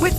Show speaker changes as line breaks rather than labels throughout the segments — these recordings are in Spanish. With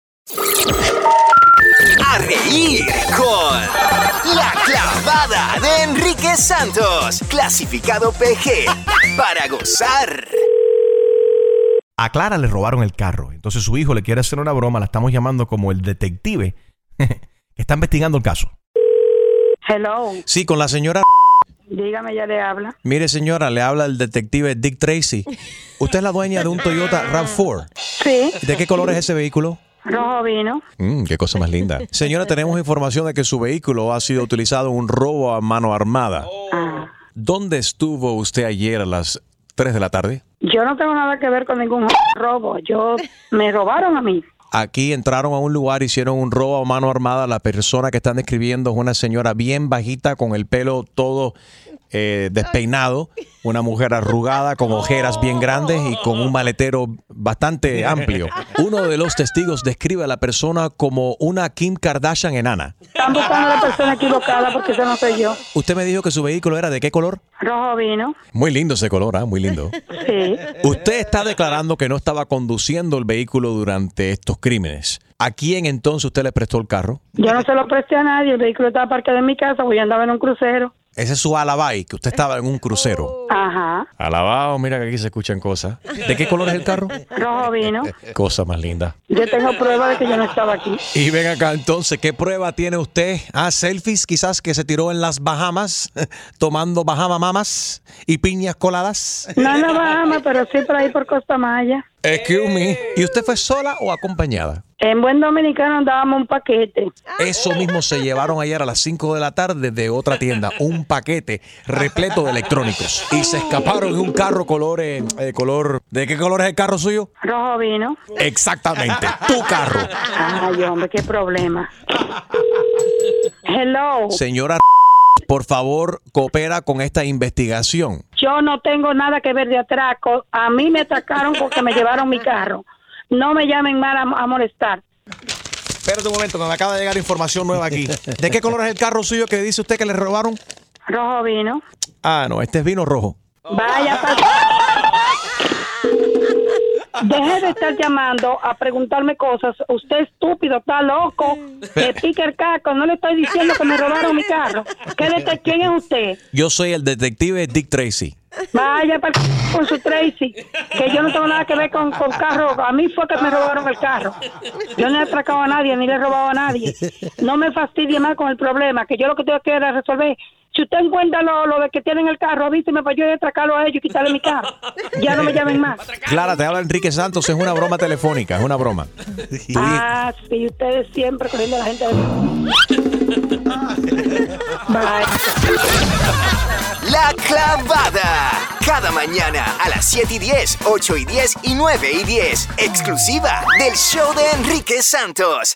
A reír con La clavada de Enrique Santos, clasificado PG, para gozar.
A Clara le robaron el carro. Entonces su hijo le quiere hacer una broma. La estamos llamando como el detective que está investigando el caso.
Hello,
Sí, con la señora.
dígame, ya le habla.
Mire, señora, le habla el detective Dick Tracy. Usted es la dueña de un Toyota RAV4.
Sí,
¿De qué color es ese vehículo?
rojo vino.
Mm, qué cosa más linda. Señora, tenemos información de que su vehículo ha sido utilizado en un robo a mano armada.
Ah,
¿Dónde estuvo usted ayer a las 3 de la tarde?
yo no tengo nada que ver con ningún robo. Yo me robaron a mí.
Aquí entraron a un lugar, hicieron un robo a mano armada. La persona que están describiendo es una señora bien bajita, con el pelo todo eh, despeinado, una mujer arrugada, con ojeras bien grandes y con un maletero bastante amplio. Uno de los testigos describe a la persona como una Kim Kardashian enana.
Están buscando a la persona equivocada porque eso no soy yo.
Usted me dijo que su vehículo era de qué color?
Rojo vino.
Muy lindo ese color, ah, muy lindo.
Sí,
Usted está declarando que no estaba conduciendo el vehículo durante estos crímenes. ¿A quién entonces usted le prestó el carro?
yo no se lo presté a nadie. El vehículo estaba parqueado en mi casa, voy andaba en un crucero.
Ese es su alabay, que usted estaba en un crucero.
Ajá,
Alabado, mira que aquí se escuchan cosas. ¿De qué color es el carro?
rojo vino.
Cosa más linda.
Yo tengo prueba de que yo no estaba aquí.
Y ven acá entonces, ¿qué prueba tiene usted? Ah, selfies quizás que se tiró en las Bahamas, tomando Bahama mamas y piñas coladas.
No en la Bahama, pero sí por ahí por Costa Maya.
Excuse me. ¿Y usted fue sola o acompañada?
En buen dominicano andábamos un paquete.
Eso mismo se llevaron ayer a las 5 de la tarde de otra tienda, un paquete repleto de electrónicos. Y se escaparon en un carro color, eh, eh, color... ¿De qué color es el carro suyo?
Rojo vino.
Exactamente, tu carro.
Ay, hombre, qué problema. Hello.
Señora, por favor, coopera con esta investigación.
Yo no tengo nada que ver de atraco. A mí me atracaron porque me llevaron mi carro. No me llamen mal a, a molestar.
Espérate un momento, que me acaba de llegar información nueva aquí. ¿De qué color es el carro suyo que dice usted que le robaron?
Rojo vino.
Ah, no, este es vino rojo.
Vaya pa- Deje de estar llamando a preguntarme cosas. Usted es estúpido, está loco. Que pique el caco. No le estoy diciendo que me robaron mi carro. ¿Qué deta- ¿Quién es usted?
Yo soy el detective Dick Tracy.
Vaya para con su Tracy, que yo no tengo nada que ver con, con carro. A mí fue que me robaron el carro. Yo no he atracado a nadie, ni le he robado a nadie. No me fastidie más con el problema, que yo lo que tengo que era resolver. Si usted encuentra lo, lo de que tienen el carro, avíseme para yo ir a atracarlo a ellos y quitarle mi carro. Ya no me llamen más.
Clara, te habla Enrique Santos, es una broma telefónica, es una broma.
Ah, sí, ustedes siempre cogiendo a la gente de... Bye.
La clavada. Cada mañana a las 7 y 10, 8 y 10 y 9 y 10. Exclusiva del show de Enrique Santos.